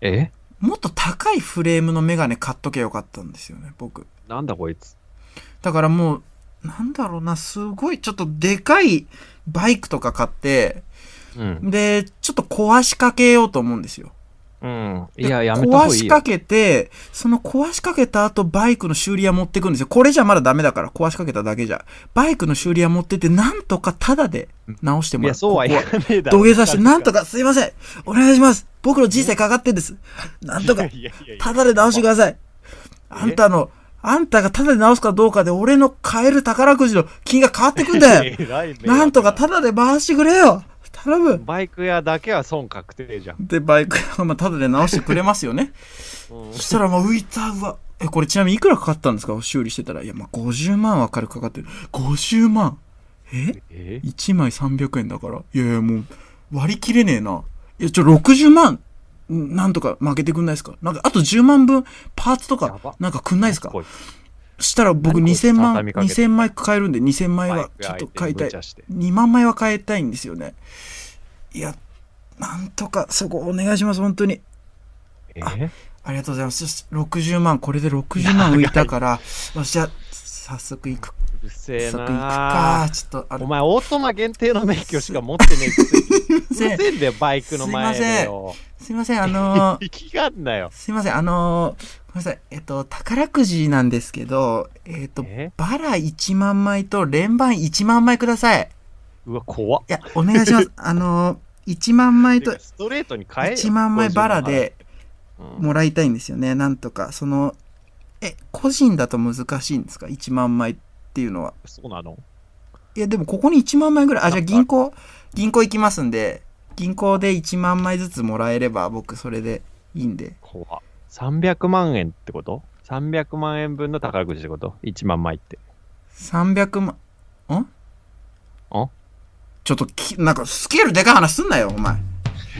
Speaker 3: え
Speaker 2: もっと高いフレームのメガネ買っとけばよかったんですよね、僕。
Speaker 3: なんだこいつ。
Speaker 2: だからもう、なんだろうな、すごい、ちょっとでかいバイクとか買って、
Speaker 3: うん。
Speaker 2: で、ちょっと壊しかけようと思うんですよ。
Speaker 3: うん。いや、
Speaker 2: で
Speaker 3: やめた方
Speaker 2: 壊
Speaker 3: がいい
Speaker 2: し
Speaker 3: よ
Speaker 2: か。けて、その壊しかけた後、バイクの修理屋持ってくんですよ。これじゃまだダメだから、壊しかけただけじゃ。バイクの修理屋持ってって、なんとかタダで直して
Speaker 3: い
Speaker 2: もら
Speaker 3: や、
Speaker 2: う。
Speaker 3: そうはいかねえだろ。
Speaker 2: 土下 座して、なんとか、すいません。お願いします。僕の人生かかってんです。なんとか、
Speaker 3: いやいやいやいや
Speaker 2: タダで直してください。あんたの、あんたがタダで直すかどうかで、俺の買える宝くじの金が変わってくん だよ。
Speaker 3: えらい迷惑だ
Speaker 2: なんとかタダで回してくれよ。頼む。
Speaker 3: バイク屋だけは損確定じゃん。
Speaker 2: で、バイク屋がタダで直してくれますよね。
Speaker 3: うん
Speaker 2: そしたら、まあ、浮いた、うわ。え、これちなみにいくらかかったんですか修理してたら。いや、まあ、50万は軽くかかってる。50万え
Speaker 3: え
Speaker 2: ?1 枚300円だから。いやいや、もう、割り切れねえな。いや、ちょ、60万、んなんとか負けてくんないですかなんか、あと10万分、パーツと
Speaker 3: やば
Speaker 2: か、なんかくんないですか
Speaker 3: こい
Speaker 2: したら僕
Speaker 3: 何こいつ
Speaker 2: 2000万、
Speaker 3: 畳みかけて
Speaker 2: 2000枚買えるんで、2000枚
Speaker 3: バイ
Speaker 2: は
Speaker 3: ク
Speaker 2: ちょっ
Speaker 3: 相手
Speaker 2: と
Speaker 3: に
Speaker 2: 買いたい
Speaker 3: 無。茶して
Speaker 2: 2万枚は買いたいんですよね。いや、なんとか、そこお願いします、本当に。
Speaker 3: え
Speaker 2: ありがとうございます。よし60万、これで60万浮いたから、よし、じゃあ、早速行く、
Speaker 3: うるせ
Speaker 2: 早
Speaker 3: え
Speaker 2: 速行く
Speaker 3: な
Speaker 2: か。ちょっと、あ
Speaker 3: お
Speaker 2: の、
Speaker 3: 前、オートマ限定の免許しか持ってねえくせに。
Speaker 2: すいません
Speaker 3: せんだよ、バイクの前でよ。
Speaker 2: すいません、あ の ー、
Speaker 3: 行きがんなよ。
Speaker 2: すいません、あのー、ごめんなさい、えっと、宝くじなんですけど、えっと、
Speaker 3: え
Speaker 2: バラ1万枚と連番1万枚ください。
Speaker 3: うわ、怖っ。
Speaker 2: いや、お願いします。 あのー、1万枚
Speaker 3: て
Speaker 2: と
Speaker 3: かストレートに変えよ
Speaker 2: 1万枚バラで、
Speaker 3: 50万
Speaker 2: もらいたいんですよね、なんとか。その、え、個人だと難しいんですか ?1 万枚っていうのは。
Speaker 3: そうなの
Speaker 2: いや、でもここに1万枚ぐらい。あ、じゃあ
Speaker 3: なんか
Speaker 2: 銀行、銀行行きますんで、銀行で1万枚ずつもらえれば、僕それでいいんで。
Speaker 3: 怖っ。300万円ってこと ?300 万円分の宝くじってこと ?1 万枚って。
Speaker 2: 300万、んん
Speaker 3: ん
Speaker 2: ちょっとき、なんかスケールでかい話すんなよ、お前。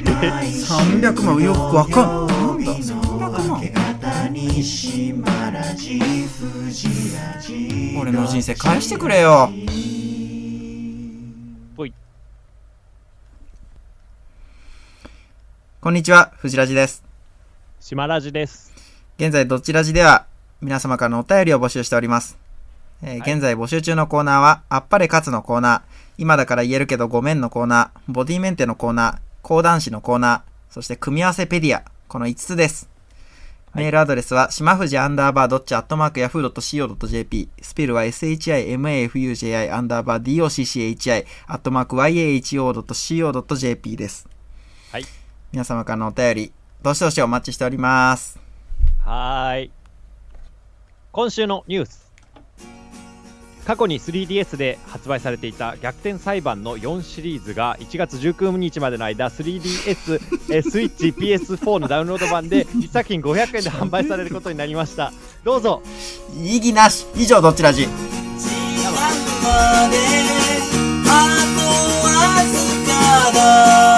Speaker 2: 300万よくわかんなんだ300万俺の人生返してくれよ
Speaker 3: ほい
Speaker 2: こんにちは藤ラジです
Speaker 3: 島ラジです。
Speaker 2: 現在、どちらじでは皆様からのお便りを募集しております。えー
Speaker 3: はい
Speaker 2: 現在募集中のコーナーは、あっぱれ勝つのコーナー、今だから言えるけどごめんのコーナー、ボディメンテのコーナー、講談師のコーナー、そして組み合わせペディア、この5つです。メールアドレスは、しまふじアンダーバードッチアットマークヤフー .co.jp、スペルは shimafuji アンダーバー docchi アットマーク yaho.co.jp です。
Speaker 3: はい。
Speaker 2: 皆様からのお便り、どしどしお待ちしております。
Speaker 3: はーい。今週のニュース。過去に 3DS で発売されていた逆転裁判の4シリーズが1月19日までの間 3DS、えースイッチ、PS4 のダウンロード版で1作品500円で販売されることになりました。どうぞ
Speaker 2: 意義なし以上どちらじ
Speaker 1: あとわずかだ